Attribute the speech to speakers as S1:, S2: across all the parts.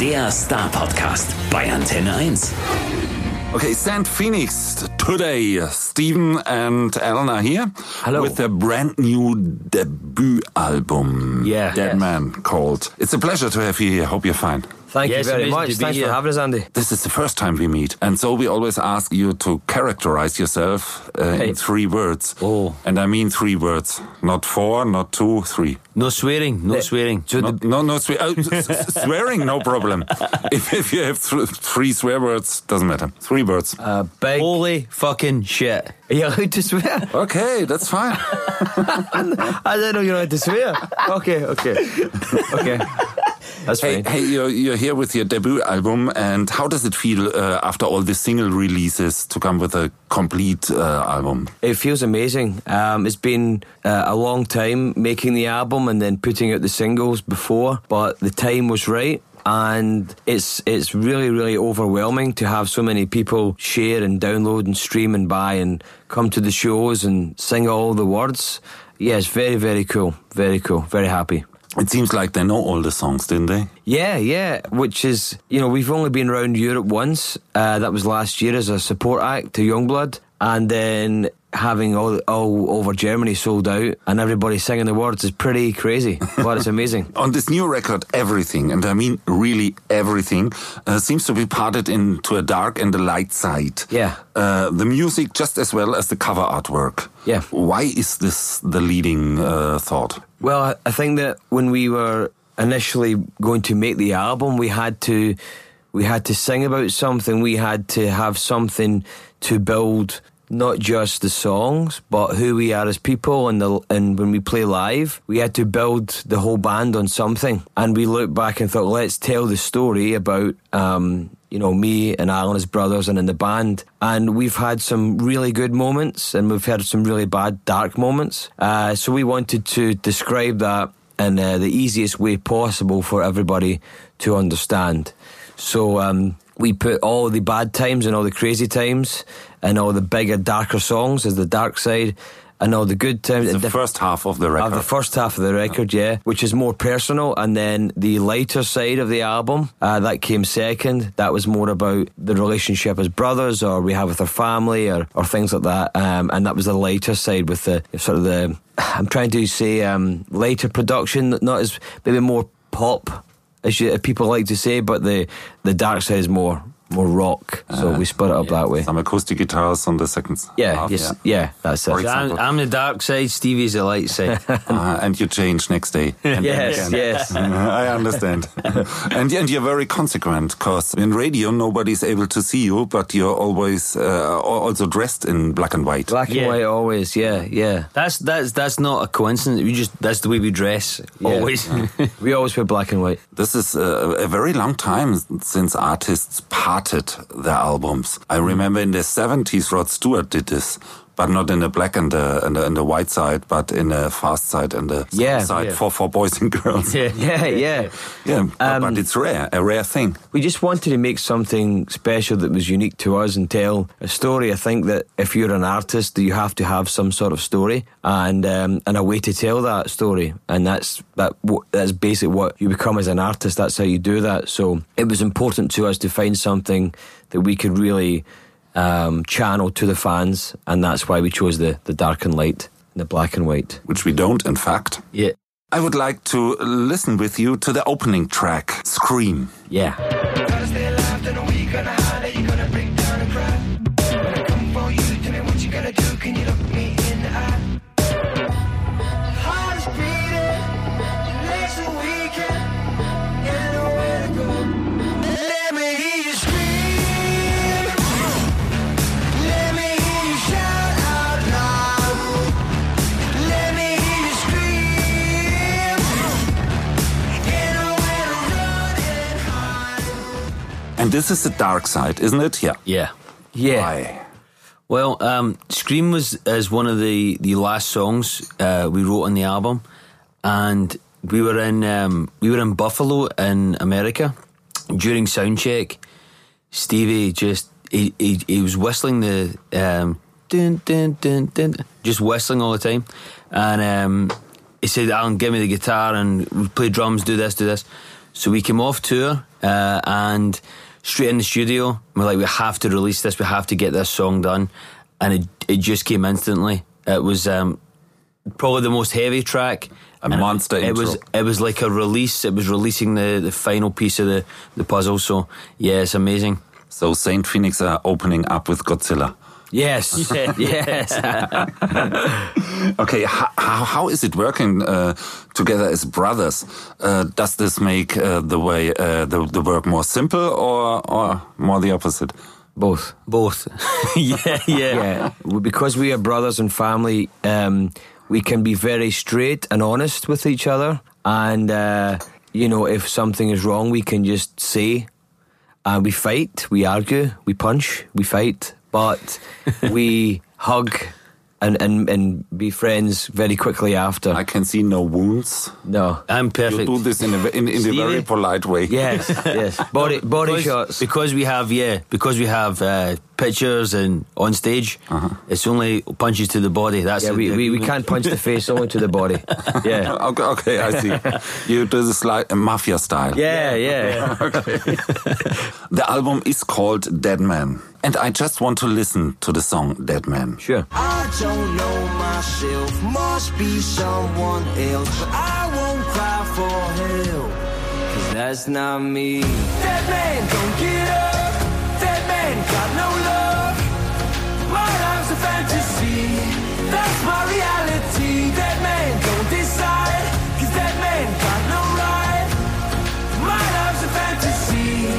S1: Der Star-Podcast bei Antenne 1.
S2: Okay, St. Phoenix today. Steven and Elena here.
S3: Hello.
S2: With their brand new debut album,
S3: Yeah.
S2: Dead
S3: Yes.
S2: Man Cold. It's a pleasure to have you here. Hope you're fine.
S3: Thank
S4: Yes,
S3: you very
S4: amazing
S3: much.
S4: to be
S3: Thanks
S4: here.
S3: for having us, Andy.
S2: This is the first time we meet, and so we always ask you to characterize yourself uh,
S3: Hey.
S2: in three words.
S3: Oh.
S2: And I mean three words, not four, not two, three.
S3: No swearing, no swearing. So
S2: No,
S3: the,
S2: no, no swe- oh, s- s- swearing, no problem. If, if you have th- three swear words, doesn't matter. Three words.
S3: uh,
S4: big-
S3: Holy fucking shit.
S4: Are you allowed to swear?
S2: Okay, that's fine.
S4: I didn't know you were allowed to swear. Okay, okay. Okay. That's
S2: Hey,
S4: fine.
S2: hey, you're, you're here with your debut album, and how does it feel uh, after all the single releases to come with a complete uh, album?
S4: It feels amazing. Um, it's been uh, a long time making the album and then putting out the singles before, but the time was right. And it's it's really really overwhelming to have so many people share and download and stream and buy and come to the shows and sing all the words. Yeah, it's very very cool, very cool, very happy.
S2: It seems like they know all the songs, didn't they?
S4: Yeah, yeah. Which is, you know, we've only been around Europe once. Uh, that was last year as a support act to Youngblood, and then having all all over Germany sold out and everybody singing the words is pretty crazy, but it's amazing.
S2: On this new record, everything, and I mean really everything, uh, seems to be parted into a dark and a light side.
S4: Yeah.
S2: Uh, the music, just as well as the cover artwork.
S4: Yeah.
S2: Why is this the leading uh, thought?
S4: Well, I- I think that when we were initially going to make the album, we had to we had to sing about something. We had to have something to build not just the songs, but who we are as people and the and when we play live, we had to build the whole band on something. And we looked back and thought, let's tell the story about um, you know, me and Alan as brothers and in the band. And we've had some really good moments and we've had some really bad, dark moments. Uh, so we wanted to describe that in uh, the easiest way possible for everybody to understand. So um, we put all the bad times and all the crazy times and all the bigger, darker songs as the dark side and all the good times.
S2: The
S4: and diff-
S2: first half of the record.
S4: of the first half of the record, yeah, which is more personal, and then the lighter side of the album uh, that came second. That was more about the relationship as brothers, or we have with our family, or, or things like that. Um, and that was the lighter side with the sort of the I'm trying to say um, later production, not as maybe more pop as you, people like to say, but the the dark side is more more rock. So we split it up that way.
S2: Some acoustic guitars on the second
S4: Yeah,
S2: half.
S4: yes, yeah, that's it.
S2: Or-
S3: So I'm,
S2: example.
S3: I'm the dark side, Stevie's the light side.
S2: Ah, and you change next day. And then
S4: Yes,
S2: again.
S4: yes.
S2: I understand. and, and you're very consequent because in radio nobody's able to see you, but you're always uh, al- also dressed in black and white.
S4: Black and
S3: Yeah.
S4: white always, yeah, yeah.
S3: that's that's that's not a coincidence. We just that's the way we dress
S4: Yeah.
S3: always.
S4: We always wear black and white.
S2: This is uh, a, a very long time since artists parted their albums. I remember in the 70s Rod Stewart did this. But not in the black and the, and the, and the white side, but in the fast side and the soft
S4: Yeah.
S2: side
S3: Yeah.
S2: for, for boys and girls.
S3: yeah.
S4: Yeah, Um, yeah.
S2: Yeah, but- but it's rare, a rare thing.
S4: We just wanted to make something special that was unique to us and tell a story. I think that if you're an artist, you have to have some sort of story and um, and a way to tell that story. And that's that wh- that's basically what you become as an artist. That's how you do that. So it was important to us to find something that we could really um, channel to the fans, and that's why we chose the the dark and light, and the black and white.
S2: which we don't, in fact.
S3: yeah.
S2: I would like to listen with you to the opening track, Scream.
S4: Yeah.
S5: Heart's beating, your legs are weakened, and nowhere to go. Let me hear you scream. Let me hear you shout out loud. Let me hear you scream. And nowhere to run and hide.
S2: And this is the dark side, isn't it? Yeah.
S3: Yeah.
S4: Yeah.
S2: Why?
S3: Well, um, Scream was is one of the the last songs uh, we wrote on the album, and we were in um, we were in Buffalo in America during sound check. Stevie just he, he, he was whistling the um, dun, dun, dun, dun, just whistling all the time, and um, he said, "Alan, give me the guitar and play drums, do this, do this." So we came off tour uh, and straight in the studio. We're like, we have to release this. We have to get this song done, and it it just came instantly. It was um, probably the most heavy track.
S2: A
S3: And it-
S2: monster
S3: It was
S2: intro.
S3: it was like a release. It was releasing the, the final piece of the, the puzzle. So yeah, it's amazing.
S2: So Saint Phoenix are opening up with Godzilla.
S4: Yes, yes.
S2: Okay, how, how, how is it working uh, together as brothers? Uh, does this make uh, the way uh, the, the work more simple or or more the opposite?
S4: Both.
S3: Both. yeah, yeah.
S4: yeah, w- because we are brothers and family, um, we can be very straight and honest with each other. And, uh, you know, if something is wrong, we can just say, and we fight, we argue, we punch, we fight, but we hug and, and, and be friends very quickly after.
S2: I can see no wounds.
S4: no.
S3: I'm
S2: You
S3: perfect.
S2: do this in a, in, in a
S4: Stevie?
S2: very polite way.
S4: Yes, yes. Body, body
S3: because,
S4: shots.
S3: because we have yeah because we have uh, pictures and on stage it's only punches to the body that's
S4: Uh-huh. Yeah, we,
S3: the- the
S4: we, we
S3: agreement.
S4: can't punch the face, only to the body. Yeah.
S2: Okay, okay, I see. You do this like a mafia style.
S4: Yeah, yeah.
S2: The album is called Dead Man, and I just want to listen to the song Dead Man.
S4: Sure.
S5: I don't know myself, must be someone else. I won't cry for help, cause that's not me. Dead man, don't get up. Dead man, got no love. My life's a fantasy, that's my reality. Dead man, don't decide, cause dead man got no right. My life's a fantasy,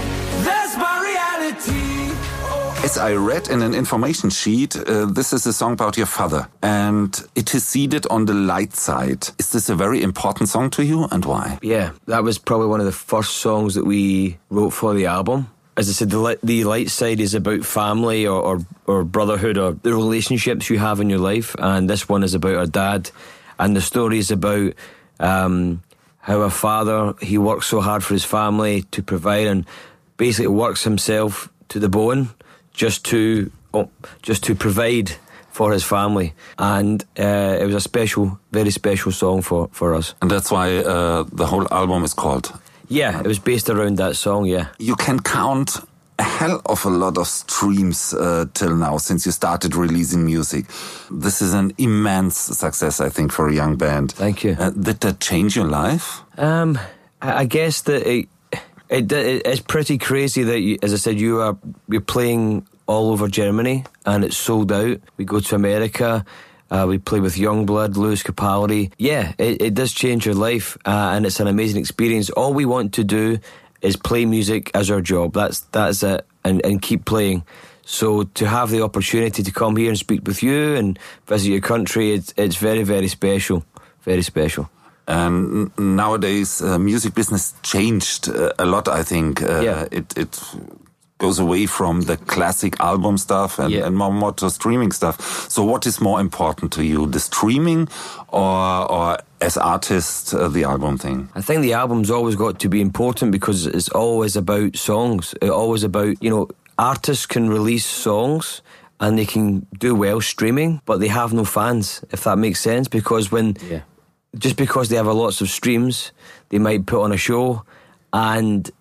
S5: that's my reality. Oh.
S2: As I read in an information sheet, uh, this is a song about your father, and it is seated on the light side. Is this a very important song to you, and why?
S4: Yeah, that was probably one of the first songs that we wrote for the album. As I said, the, li- the light side is about family or, or, or brotherhood or the relationships you have in your life. And this one is about our dad. And the story is about um, how a father, he works so hard for his family to provide and basically works himself to the bone just to, oh, just to provide for his family. And uh, it was a special, very special song for, for us.
S2: And that's why uh, the whole album is called.
S4: Yeah, it was based around that song. Yeah,
S2: You can count a hell of a lot of streams uh, till now since you started releasing music. This is an immense success, I think, for a young band.
S4: Thank you.
S2: Uh, did that change your life?
S4: um, I, I guess that it, it, it it's pretty crazy that you, as I said, you are you're playing all over Germany and it's sold out. We go to America. Uh, we play with Youngblood, Lewis Capaldi. Yeah, it, it does change your life, uh, and it's an amazing experience. All we want to do is play music as our job. That's that's it, and and keep playing. So to have the opportunity to come here and speak with you and visit your country, it's it's very very special, very special.
S2: And Um, n- nowadays, uh, music business changed uh, a lot. I think uh,
S4: Yeah.
S2: it it goes away from the classic album stuff and,
S4: Yeah.
S2: and more more to streaming stuff. So, what is more important to you, the streaming, or or as artist uh, the album thing?
S4: I think the album's always got to be important because it's always about songs. It's always about, you know, artists can release songs and they can do well streaming, but they have no fans, if that makes sense. Because when,
S3: Yeah.
S4: just because they have a lots of streams, they might put on a show and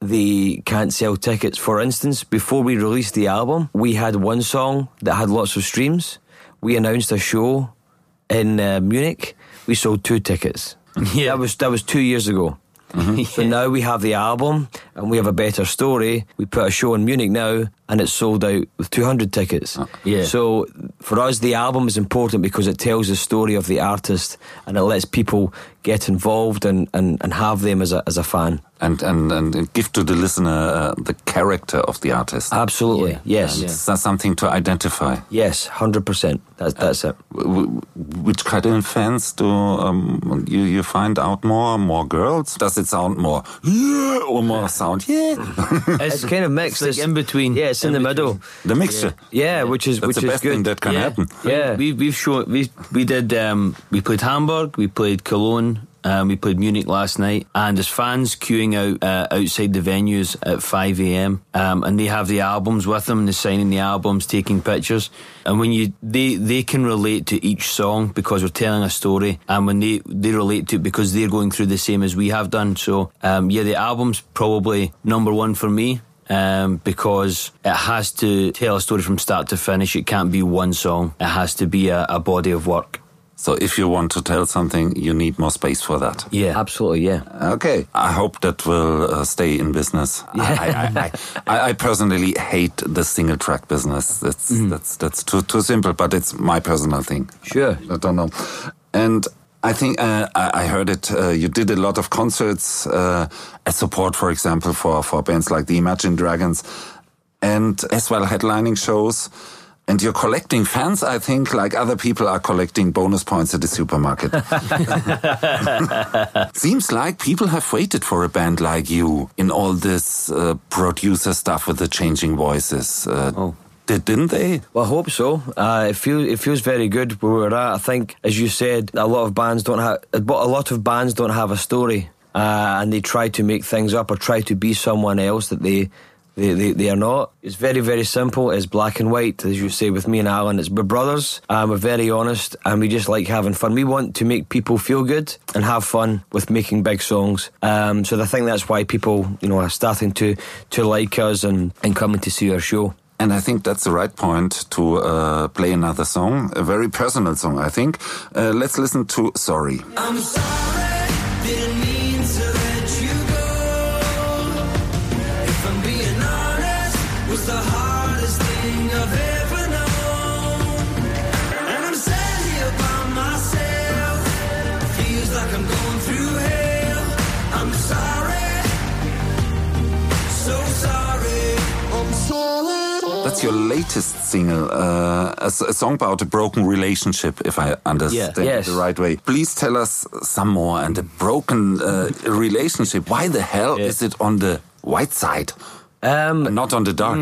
S4: they can't sell tickets. For instance, before we released the album, we had one song that had lots of streams. We announced a show in uh, Munich. We sold two tickets.
S3: Yeah. Mm-hmm.
S4: That was that was two years ago. So now we have the album and we have a better story. We put a show in Munich now and it's sold out with 200 tickets.
S3: Uh, Yeah.
S4: So for us, the album is important because it tells the story of the artist and it lets people get involved and, and, and have them as a, as a fan.
S2: And and and give to the listener uh, the character of the artist.
S4: Absolutely.
S3: Yeah.
S4: Yes.
S3: Yeah.
S2: It's not something to identify.
S4: Yes, 100%. That's, that's it.
S2: W- w- Which kind of fans do um, you, you find out more? More girls? Does it sound more yeah or more sound yeah?
S4: It's kind of mixed.
S3: like in between.
S4: Yeah, it's in,
S3: In
S4: the
S3: between.
S4: middle.
S2: The mixture.
S4: Yeah, which is
S2: That's
S4: which
S2: the
S4: is
S2: best
S4: good.
S2: thing that can happen.
S4: Yeah.
S3: we we've shown we we did um, we played Hamburg, we played Cologne, Um, we played Munich last night, and there's fans queuing out uh, outside the venues at 5 a.m. Um, and they have the albums with them, and they're signing the albums, taking pictures. And when you they they can relate to each song because we're telling a story, and when they they relate to it because they're going through the same as we have done. So um, yeah, the album's probably number one for me um, because it has to tell a story from start to finish. It can't be one song. It has to be a, a body of work.
S2: So if you want to tell something, you need more space for that.
S3: Yeah,
S4: Absolutely, yeah.
S2: Okay. I hope that will uh, stay in business. I, I, I, I, I personally hate the single track business. That's that's that's too too simple, but it's my personal thing.
S4: Sure.
S2: I don't know. And I think uh, I, I heard it. Uh, you did a lot of concerts uh, as support, for example, for for bands like the Imagine Dragons, and as well headlining shows. And you're collecting fans, I think, like other people are collecting bonus points at the supermarket. Seems like people have waited for a band like you in all this uh, producer stuff with the changing voices. Uh,
S3: Oh.
S2: Did, didn't they?
S4: Well, I hope so. Uh, it feels it feels very good where we're at. I think, as you said, a lot of bands don't have, but a lot of bands don't have a story, uh, and they try to make things up or try to be someone else that they. They, they, they are not. It's very, very simple. It's black and white, as you say with me and Alan. It's we're brothers, and we're very honest, and we just like having fun. We want to make people feel good and have fun with making big songs. Um, so I think that's why people, you know, are starting to to like us and, and coming to see our show.
S2: And I think that's the right point to uh, play another song, a very personal song, I think. Uh, let's listen to Sorry.
S5: I'm sorry, didn't mean to let you go. If I'm being honest, was the hardest thing I've ever known. And I'm sad here by myself. Feels like I'm going through hell. I'm sorry, so sorry. I'm sorry.
S2: That's your latest single, uh, a, s- a song about a broken relationship, if I understand
S4: Yeah.
S2: it the
S4: Yes.
S2: right way. Please tell us some more. And a broken uh, relationship, why the hell is it on the white side,
S4: Um,
S2: and not on the dark?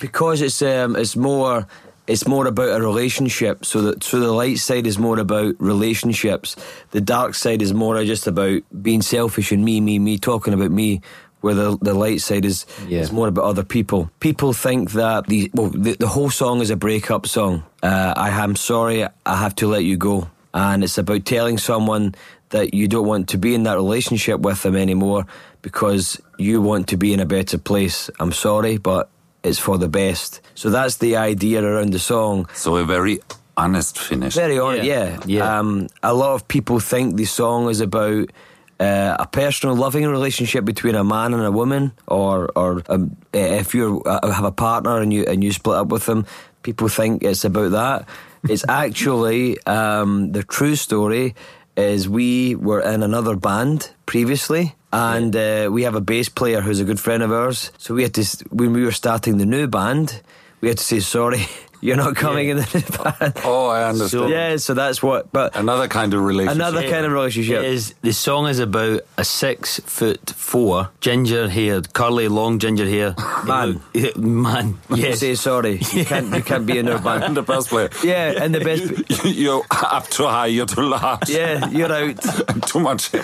S4: because it's um it's more it's more about a relationship. So that so the light side is more about relationships. The dark side is more just about being selfish and me, me, me, talking about me. Where the the light side is
S3: Yeah.
S4: is more about other people. People think that the well the, the whole song is a breakup song. Uh, I am sorry, I have to let you go, and it's about telling someone that you don't want to be in that relationship with them anymore because you want to be in a better place. I'm sorry, but it's for the best. So that's the idea around the song.
S2: So a very honest finish.
S4: Very on,
S3: Yeah.
S4: yeah.
S3: Yeah.
S4: Um, a lot of people think the song is about uh, a personal loving relationship between a man and a woman, or or um, eh, if you uh, have a partner and you and you split up with them, people think it's about that. It's actually um, the true story. Is we were in another band previously, and uh, we have a bass player who's a good friend of ours. So we had to s- when we were starting the new band, we had to say sorry. You're not coming in the new band.
S2: Oh, I understand.
S4: Yeah, so that's what. But
S2: Another kind of relationship.
S4: another kind of relationship.
S3: It is the song is about a six foot four ginger haired, curly, long ginger hair
S4: Man.
S3: man. Yes,
S4: Say sorry. You can't. You can't be in our
S2: and
S4: band.
S2: the best player.
S4: Yeah, and the best.
S2: you're up too high, you're too large.
S4: Yeah, you're out.
S2: too much.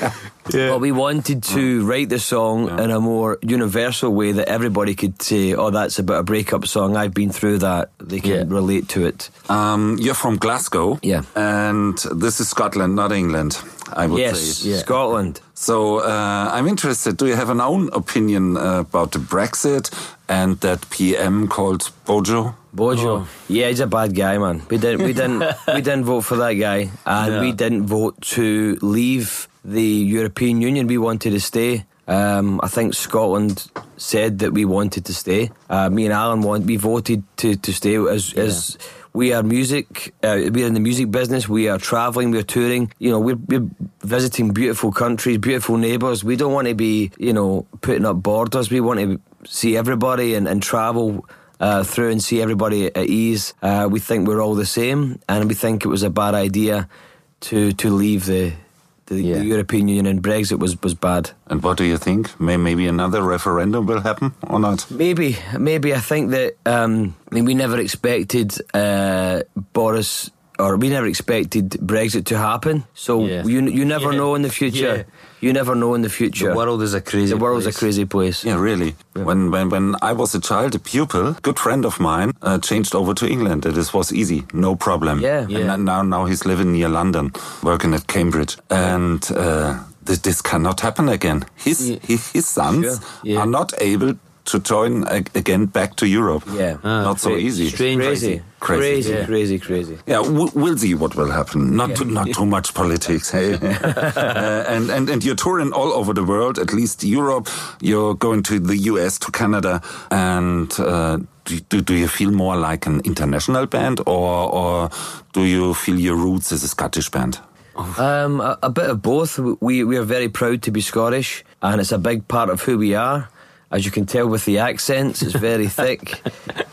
S4: But we wanted to write the song in a more universal way that everybody could say, "Oh, that's about a breakup song. I've been through that. They can
S3: Yeah.
S4: relate to it."
S2: Um, you're from Glasgow.
S4: Yeah.
S2: And this is Scotland, not England, I would
S4: yes,
S2: say.
S4: Scotland.
S2: So uh, I'm interested. Do you have an own opinion uh, about the Brexit and that PM called Bojo?
S4: Bojo.
S3: Oh.
S4: Yeah, he's a bad guy, man. We didn't we didn't we didn't vote for that guy and
S3: No.
S4: we didn't vote to leave the European Union. We wanted to stay. Um, I think Scotland said that we wanted to stay. Uh, me and Alan want we voted to, to stay as as we are music. Uh, we are in the music business. We are traveling. We are touring. You know, we're, we're visiting beautiful countries, beautiful neighbours. We don't want to be, you know, putting up borders. We want to see everybody and, and travel uh, through and see everybody at ease. Uh, we think we're all the same, and we think it was a bad idea to to leave the the,
S3: Yeah.
S4: the European Union. And Brexit was was bad.
S2: And what do you think? May- Maybe another referendum will happen or not?
S4: Maybe, maybe I think that um, I mean we never expected uh, Boris. or we never expected Brexit to happen. So
S3: Yeah.
S4: you you never
S3: Yeah.
S4: know in the future.
S3: Yeah.
S4: You never know in the future.
S3: The world is a crazy
S4: The world's
S3: place.
S4: a crazy place.
S2: Yeah, really. When, when when I was a child, a pupil, good friend of mine, uh, changed over to England. This was easy, no problem.
S4: Yeah.
S2: And
S3: Yeah.
S2: n- now now he's living near London, working at Cambridge, and uh, this, this cannot happen again. His his, his sons
S4: Sure.
S3: Yeah.
S2: are not able to join a- again back to Europe.
S4: Yeah.
S3: Ah,
S2: not so
S3: cra-
S2: easy.
S3: strange.
S4: Crazy,
S2: Crazy.
S4: crazy,
S3: Yeah.
S4: crazy, crazy.
S2: Yeah, we- we'll see what will happen. Not too, not too much politics. Hey? uh, and and and you're touring all over the world, at least Europe. You're going to the US, to Canada, and uh, do, do do you feel more like an international band, or or do you feel your roots as a Scottish band?
S4: Um, a, a bit of both. We we are very proud to be Scottish, and it's a big part of who we are. As you can tell with the accents, it's very thick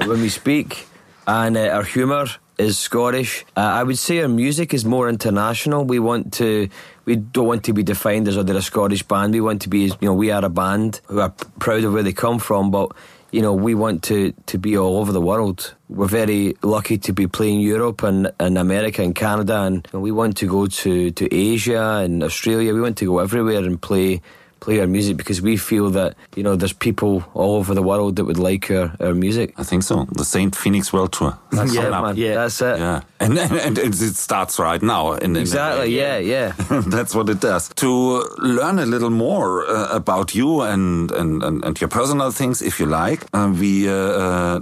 S4: when we speak, and uh, our humour is Scottish. Uh, I would say our music is more international. We want to, we don't want to be defined as either a Scottish band. We want to be, you know, we are a band who are p- proud of where they come from, but you know, we want to to be all over the world. We're very lucky to be playing Europe and, and America and Canada, and we want to go to, to Asia and Australia. We want to go everywhere and play play our music because we feel that you know there's people all over the world that would like our, our music.
S2: I think so. The St. Phoenix World Tour.
S4: That's
S3: Yeah,
S4: it, man.
S3: yeah.
S4: That's it.
S2: Yeah, and, and and it starts right now. In, in
S4: Exactly. Yeah. Yeah.
S2: That's what it does. To learn a little more uh, about you and, and, and, and your personal things, if you like, uh, we uh, uh,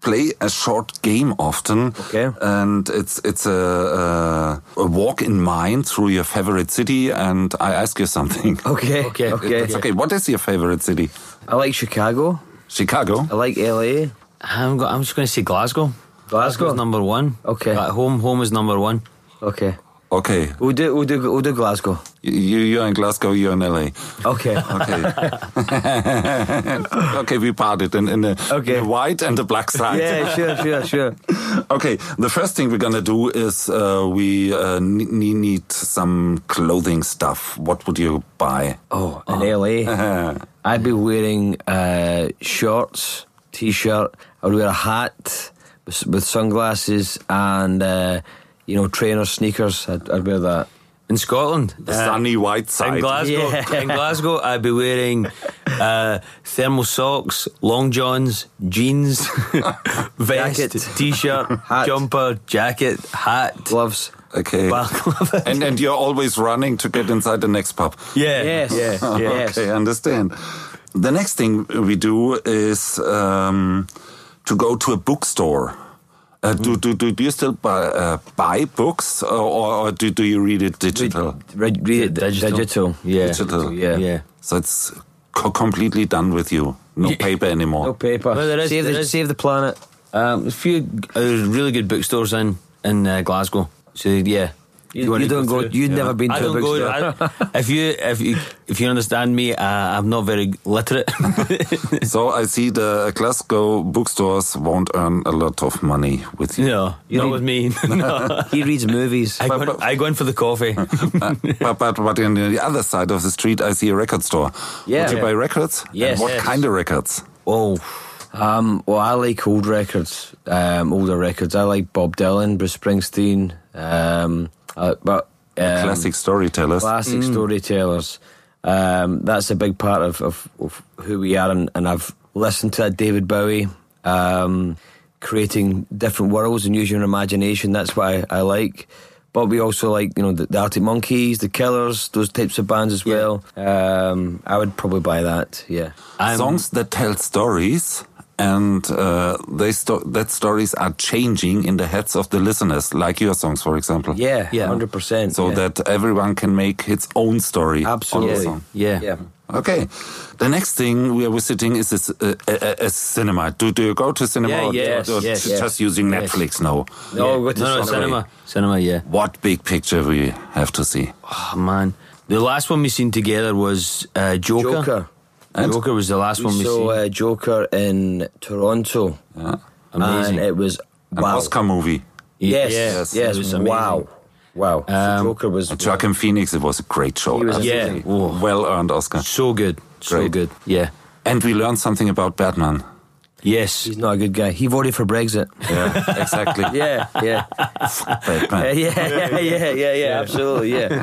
S2: play a short game often.
S4: Okay.
S2: And it's it's a, a, a walk in mind through your favorite city, and I ask you something.
S4: Okay.
S3: Okay.
S4: Okay.
S2: It's okay. What is your favorite city?
S4: I like Chicago.
S2: Chicago.
S4: I like LA.
S3: I'm, go- I'm just going to say Glasgow.
S4: Glasgow.
S3: Glasgow's number one.
S4: Okay.
S3: At home, home is number one.
S4: Okay.
S2: Okay.
S4: We'll do. We'll do. We'll do Glasgow.
S2: You you're in Glasgow. You're in LA.
S4: Okay.
S2: Okay. okay. We parted in, in, a,
S4: Okay.
S2: in a white and a black side.
S4: yeah. Sure. Sure. Sure.
S2: Okay, the first thing we're gonna do is uh, we uh, ne- ne- need some clothing stuff. What would you buy?
S4: Oh, in LA, I'd be wearing uh, shorts, t-shirt. I would wear a hat with, with sunglasses and uh, you know trainer sneakers. I'd, I'd wear that.
S3: In Scotland.
S2: The sunny white side.
S3: In Glasgow,
S4: Yeah.
S3: in Glasgow, I'd be wearing uh, thermal socks, long johns, jeans, vest,
S4: Jacket.
S3: t-shirt,
S4: Hat.
S3: jumper, jacket, hat.
S4: Gloves.
S2: Okay.
S3: Balaclava.
S2: and and you're always running to get inside the next pub.
S3: Yeah.
S4: Yes.
S3: Yeah.
S4: Yeah.
S2: okay,
S4: Yes.
S2: understand. The next thing we do is um, to go to a bookstore. Uh, do, do, do, do you still buy, uh, buy books or, or do, do you read it digital?
S4: Read, read it
S3: Digital.
S4: digital.
S3: Yeah.
S2: Digital.
S4: Yeah.
S3: Yeah.
S2: So it's co- completely done with you. No paper anymore.
S4: No paper.
S3: Well, there is-
S4: save,
S3: there
S4: the,
S3: is-
S4: save the planet.
S3: Um, a few uh, really good bookstores in in uh, Glasgow. So yeah,
S4: You-
S3: wanna
S4: you don't go-
S3: through?
S4: you've never been
S3: I
S4: to a
S3: don't go- I- if you if you if you understand me, uh, I'm not very literate.
S2: So I see the Glasgow bookstores won't earn a lot of money with you.
S3: no, not
S4: need-
S3: with me. No.
S4: He reads movies.
S3: I, go in, I go in for the coffee.
S2: Uh, But, but but on the other side of the street, I see a record store.
S4: Yeah.
S2: Would you buy records?
S4: Yes.
S2: And what
S4: Yes.
S2: kind of records?
S4: Oh, um, well, I like old records, um, older records. I like Bob Dylan, Bruce Springsteen, um, uh, but um,
S2: Classic storytellers.
S4: classic storytellers. Um, that's a big part of, of, of who we are, and, and I've listened to that David Bowie, um, creating different worlds and using your imagination. That's what I, I like. But we also like, you know, the, the Arctic Monkeys, the Killers, those types of bands as well. Um, I would probably buy that. Yeah,
S3: I'm-
S2: Songs that tell stories. And uh, they sto- that stories are changing in the heads of the listeners, like your songs, for example.
S4: yeah,
S3: Yeah.
S4: hundred percent.
S2: So
S4: yeah.
S2: that everyone can make its own story. on the
S4: Absolutely.
S2: song.
S3: Yeah.
S4: yeah.
S2: Okay. The next thing we are visiting is this, uh, a, a, a cinema. Do, do you go to cinema
S3: Yeah,
S2: or,
S3: yes,
S2: or
S3: yes,
S2: ju-
S3: yes.
S2: just using
S3: Yes.
S2: Netflix now?
S4: No,
S3: Yeah.
S4: go to
S3: no, no,
S4: cinema.
S3: cinema. Cinema, yeah.
S2: What big picture we have to see?
S3: Oh, man. The last one we seen together was uh, Joker.
S4: Joker.
S3: Joker was the last one we
S4: So
S3: seen.
S4: uh, Joker in Toronto, and
S3: Amazing.
S4: it was
S2: An
S4: wow.
S2: Oscar movie.
S4: Yes,
S3: Yes,
S4: yes,
S3: it was amazing.
S4: wow, wow. So
S3: Um,
S4: Joker was
S2: Joaquin Phoenix, it was a great show.
S4: He was
S3: Yeah.
S2: Absolutely.
S3: amazing.
S2: Well earned Oscar.
S3: So good. So
S2: Great.
S3: good. Yeah.
S2: And we learned something about Batman.
S3: Yes.
S4: He's not a good guy. He voted for Brexit.
S2: Yeah, exactly.
S4: Yeah, yeah. yeah,
S2: Batman.
S4: yeah, yeah, yeah, yeah, absolutely, yeah.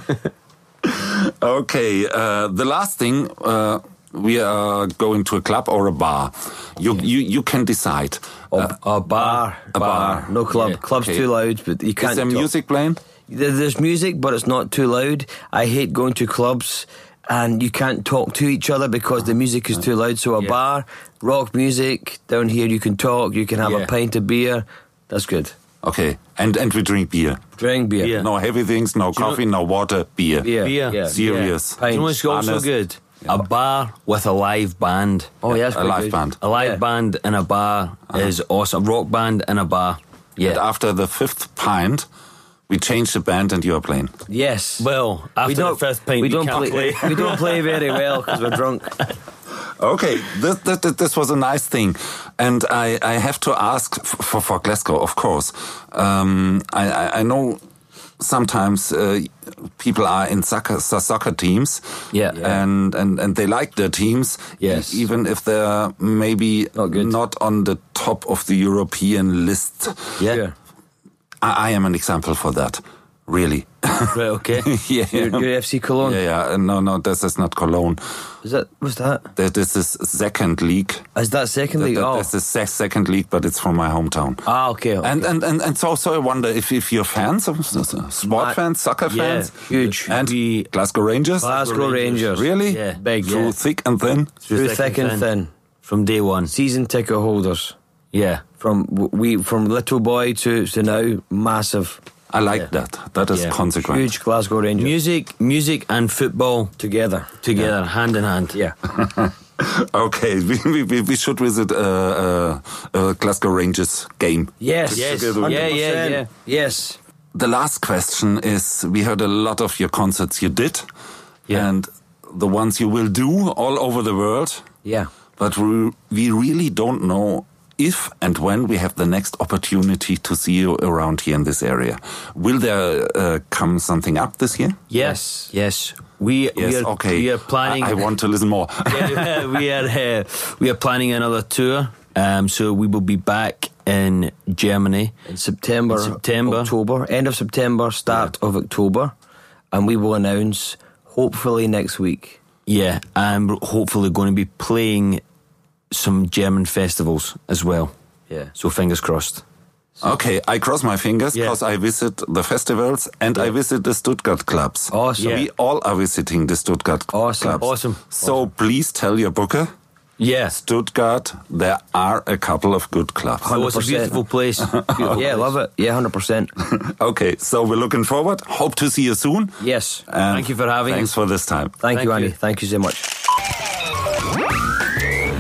S2: Okay, uh, the last thing uh, we are going to a club or a bar. You you you can decide. Uh,
S4: a bar.
S2: A bar.
S4: No club.
S3: Yeah,
S4: Club's
S2: okay.
S4: too loud, but you can't.
S2: is there
S4: talk-
S2: music playing?
S4: There- There's music, but it's not too loud. I hate going to clubs and you can't talk to each other because the music is too loud. So a
S3: Yeah.
S4: bar, rock music, down here you can talk, you can have
S3: Yeah.
S4: a pint of beer. That's good.
S2: Okay, and and we drink beer.
S4: Drink beer.
S3: Yeah.
S2: No heavy things, no coffee, no water, beer.
S4: Beer.
S3: Beer.
S4: Yeah.
S2: Serious.
S4: Yeah.
S3: Do you know what's also
S2: Honest.
S3: good? A bar with a live band.
S4: Oh, yeah, that's
S2: a
S4: quite
S2: live
S4: good.
S2: band.
S3: A live
S4: Yeah. Uh-huh.
S3: band in a bar is awesome. Rock band in a bar.
S2: And
S4: uh,
S3: Yeah.
S2: after the fifth pint, we change the band and you are playing.
S4: Yes.
S3: Well, after the first pint,
S4: we
S3: you
S4: don't
S3: can't
S4: play,
S3: play.
S4: we don't play very well because we're drunk.
S2: Okay, this, this, this- this was a nice thing, and I, I have to ask f- for for Glasgow, of course. Um, I, I I know sometimes uh, people are in soccer so- soccer teams,
S3: Yeah. Yeah.
S2: and and and they like their teams,
S3: Yes.
S2: e- even if they're maybe
S4: Not good.
S2: not on the top of the European list.
S3: Yeah.
S2: I, I am an example for that, really.
S4: Right, okay.
S2: yeah.
S4: Your, your FC Cologne.
S2: Yeah, yeah, no, no, this is not Cologne.
S4: Is that what's that?
S2: That- This is second league.
S4: Is that second league?
S2: That-
S4: oh.
S2: That's the se- second league, but it's from my hometown.
S4: ah, okay. okay.
S2: And, and and and so so I wonder if if you're fans, of- s- s- sport
S4: I-
S2: fans, soccer
S4: yeah,
S2: fans,
S4: huge.
S2: and
S3: We-
S2: Glasgow Rangers,
S4: Glasgow Rangers.
S2: really,
S3: Yeah, big,
S2: through
S3: yeah.
S2: thick and thin.
S4: Through thick and thin.
S3: From day one.
S4: Season ticket holders.
S3: Yeah.
S4: From w- we from little boy to, to now, massive,
S2: I like that. That is
S3: Yeah.
S2: consequent.
S4: huge Glasgow Rangers
S3: Music, music, and football
S4: together.
S3: together, hand in hand.
S4: Yeah.
S2: Okay, we, we- we, we should visit a uh, uh, uh, Glasgow Rangers game.
S4: Yes.
S3: Yes.
S4: Together with-
S3: Yeah, yeah,
S4: 100%.
S3: yeah.
S4: Yes.
S2: The last question is: We heard a lot of your concerts you did,
S3: Yeah.
S2: and the ones you will do all over the world.
S4: Yeah.
S2: But we, we really don't know if and when we have the next opportunity to see you around here in this area. Will there uh, come something up this year?
S3: Yes. Yes. We,
S2: Yes,
S3: we are
S2: okay.
S3: we are planning.
S2: I, I want to listen more.
S3: Yeah, we are uh, we are planning another tour. Um, so we will be back in Germany.
S4: In September,
S3: In September.
S4: October, end of September, start of October, and we will announce hopefully next week.
S3: Yeah, and we're hopefully going to be playing some German festivals as well.
S4: Yeah.
S3: So fingers crossed.
S2: okay, I cross my fingers
S3: Yeah.
S2: because I visit the festivals and I visit the Stuttgart clubs.
S4: Awesome.
S2: We all are visiting the Stuttgart
S4: Awesome.
S2: clubs.
S3: Awesome.
S2: So please tell your booker,
S3: Yeah.
S2: Stuttgart, there are a couple of good clubs.
S3: It was a
S4: 100%.
S3: beautiful place. Beautiful
S4: Yeah,
S3: place.
S4: love it. Yeah, hundred percent.
S2: Okay, so we're looking forward. Hope to see you soon.
S4: Yes. Um, Thank,
S2: And
S3: Thank you for having
S2: Thanks
S3: us.
S2: for this time.
S4: you,
S3: you.
S4: Andy. Thank you so much.